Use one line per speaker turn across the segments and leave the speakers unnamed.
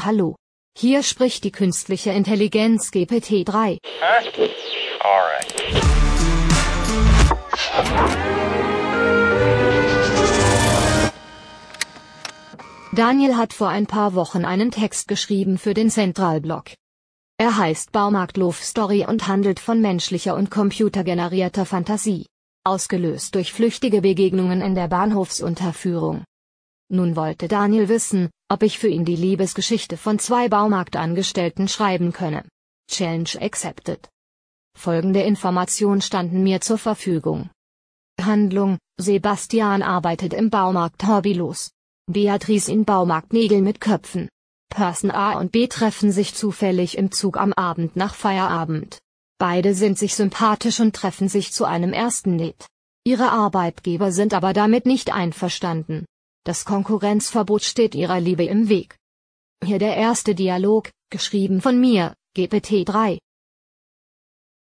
Hallo. Hier spricht die künstliche Intelligenz GPT-3.
Huh? All right.
Daniel hat vor ein paar Wochen einen Text geschrieben für den Zentralblock. Er heißt Baumarkt Love Story und handelt von menschlicher und computergenerierter Fantasie. Ausgelöst durch flüchtige Begegnungen in der Bahnhofsunterführung. Nun wollte Daniel wissen, ob ich für ihn die Liebesgeschichte von zwei Baumarktangestellten schreiben könne. Challenge accepted. Folgende Informationen standen mir zur Verfügung. Handlung, Sebastian arbeitet im Baumarkt hobbylos. Beatrice in Baumarktnägel mit Köpfen. Person A und B treffen sich zufällig im Zug am Abend nach Feierabend. Beide sind sich sympathisch und treffen sich zu einem ersten Date. Ihre Arbeitgeber sind aber damit nicht einverstanden. Das Konkurrenzverbot steht ihrer Liebe im Weg. Hier der erste Dialog, geschrieben von mir, GPT-3.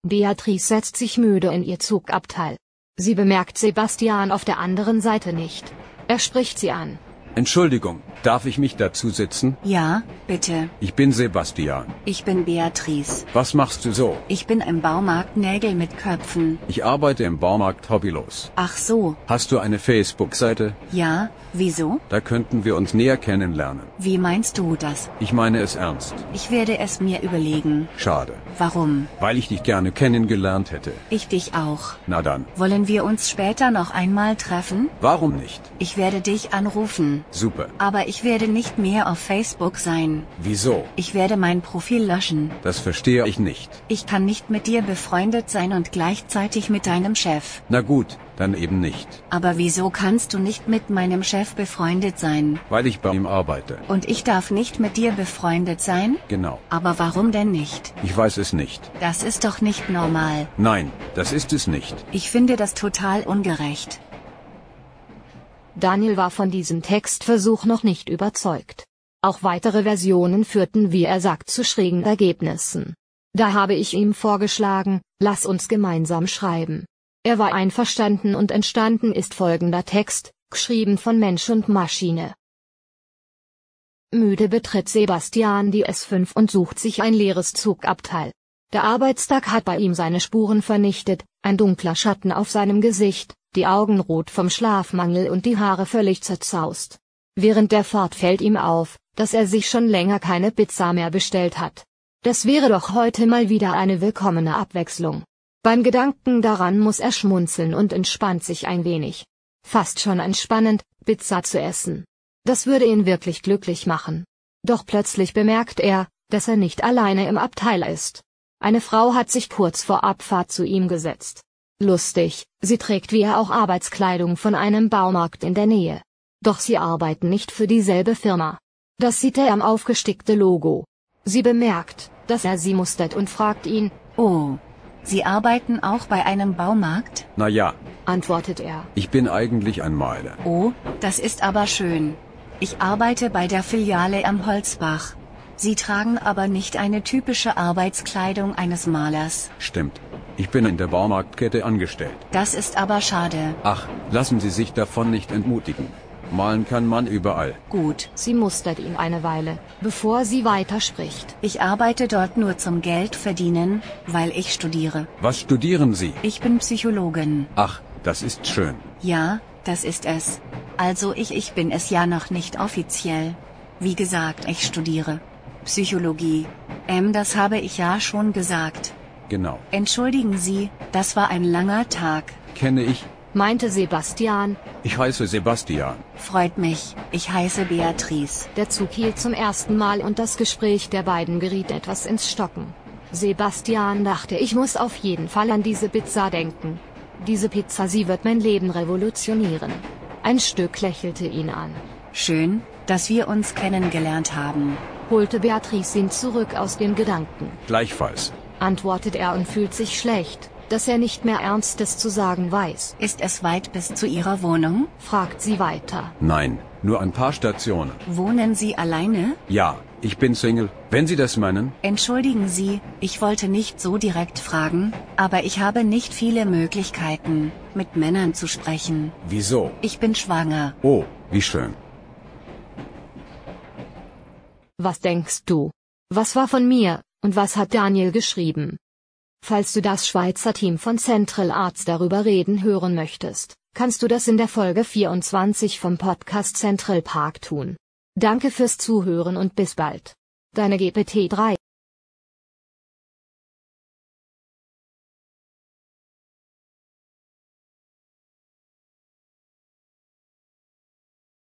Beatrice setzt sich müde in ihr Zugabteil. Sie bemerkt Sebastian auf der anderen Seite nicht. Er spricht sie an.
Entschuldigung, darf ich mich dazu sitzen?
Ja, bitte.
Ich bin Sebastian.
Ich bin Beatrice.
Was machst du so?
Ich bin im Baumarkt Nägel mit Köpfen.
Ich arbeite im Baumarkt hobbylos.
Ach so,
Hast du eine Facebook-Seite?
ja, wieso?
Da könnten wir uns näher kennenlernen.
Wie meinst du das?
Ich meine es ernst.
Ich werde es mir überlegen.
Schade,
Warum?
weil ich dich gerne kennengelernt hätte.
Ich dich auch.
Na dann,
Wollen wir uns später noch einmal treffen?
warum nicht?
Ich werde dich anrufen.
Super.
Aber ich werde nicht mehr auf Facebook sein.
Wieso?
Ich werde mein Profil löschen.
Das verstehe ich nicht.
Ich kann nicht mit dir befreundet sein und gleichzeitig mit deinem Chef.
Na gut, dann eben nicht,
Aber wieso kannst du nicht mit meinem Chef befreundet sein?
weil ich bei ihm arbeite.
Und ich darf nicht mit dir befreundet sein?
Genau.
Aber warum denn nicht?
Ich weiß es nicht.
Das ist doch nicht normal.
Nein, das ist es nicht.
Ich finde das total ungerecht.
Daniel war von diesem Textversuch noch nicht überzeugt. Auch weitere Versionen führten, wie er sagt, zu schrägen Ergebnissen. Da habe ich ihm vorgeschlagen, lass uns gemeinsam schreiben. Er war einverstanden und entstanden ist folgender Text, geschrieben von Mensch und Maschine. Müde betritt Sebastian die S5 und sucht sich ein leeres Zugabteil. Der Arbeitstag hat bei ihm seine Spuren vernichtet, ein dunkler Schatten auf seinem Gesicht, die Augen rot vom Schlafmangel und die Haare völlig zerzaust. Während der Fahrt fällt ihm auf, dass er sich schon länger keine Pizza mehr bestellt hat. Das wäre doch heute mal wieder eine willkommene Abwechslung. Beim Gedanken daran muss er schmunzeln und entspannt sich ein wenig. Fast schon entspannend, Pizza zu essen. Das würde ihn wirklich glücklich machen. Doch plötzlich bemerkt er, dass er nicht alleine im Abteil ist. Eine Frau hat sich kurz vor Abfahrt zu ihm gesetzt. Lustig, sie trägt wie er auch Arbeitskleidung von einem Baumarkt in der Nähe. Doch sie arbeiten nicht für dieselbe Firma. Das sieht er am aufgestickte Logo. Sie bemerkt, dass er sie mustert und fragt ihn,
Oh. Sie arbeiten auch bei einem Baumarkt?
Na ja,
antwortet er.
ich bin eigentlich ein Maler.
Oh, das ist aber schön. Ich arbeite bei der Filiale am Holzbach. Sie tragen aber nicht eine typische Arbeitskleidung eines Malers.
Stimmt. Ich bin in der Baumarktkette angestellt.
Das ist aber schade.
Ach, lassen Sie sich davon nicht entmutigen. Malen kann man überall.
Gut.
Sie mustert ihn eine Weile, bevor sie weiterspricht.
Ich arbeite dort nur zum Geld verdienen, weil ich studiere.
Was studieren Sie?
Ich bin Psychologin.
Ach, das ist schön.
Ja, das ist es. Also ich, ich bin es ja noch nicht offiziell. Wie gesagt, ich studiere Psychologie. Ähm, das habe ich ja schon gesagt.
Genau.
Entschuldigen Sie, das war ein langer Tag.
Kenne ich.
Meinte Sebastian,
Ich heiße Sebastian.
Freut mich, ich heiße Beatrice.
der Zug hielt zum ersten Mal und das Gespräch der beiden geriet etwas ins Stocken. Sebastian dachte, ich muss auf jeden Fall an diese Pizza denken. Diese Pizza, sie wird mein Leben revolutionieren. Ein Stück lächelte ihn an,
Schön, dass wir uns kennengelernt haben.
holte Beatrice ihn zurück aus den Gedanken.
Gleichfalls.
antwortet er und fühlt sich schlecht, dass er nicht mehr Ernstes zu sagen weiß,
Ist es weit bis zu Ihrer Wohnung?
fragt sie weiter.
Nein, nur ein paar Stationen.
Wohnen Sie alleine?
Ja, ich bin Single. Wenn Sie das meinen.
Entschuldigen Sie, ich wollte nicht so direkt fragen, aber ich habe nicht viele Möglichkeiten, mit Männern zu sprechen.
Wieso?
Ich bin schwanger.
Oh, wie schön.
Was denkst du? Was war von mir, und was hat Daniel geschrieben? Falls du das Schweizer Team von Central Arts darüber reden hören möchtest, kannst du das in der Folge 24 vom Podcast Central Park tun. Danke fürs Zuhören und bis bald. Deine GPT 3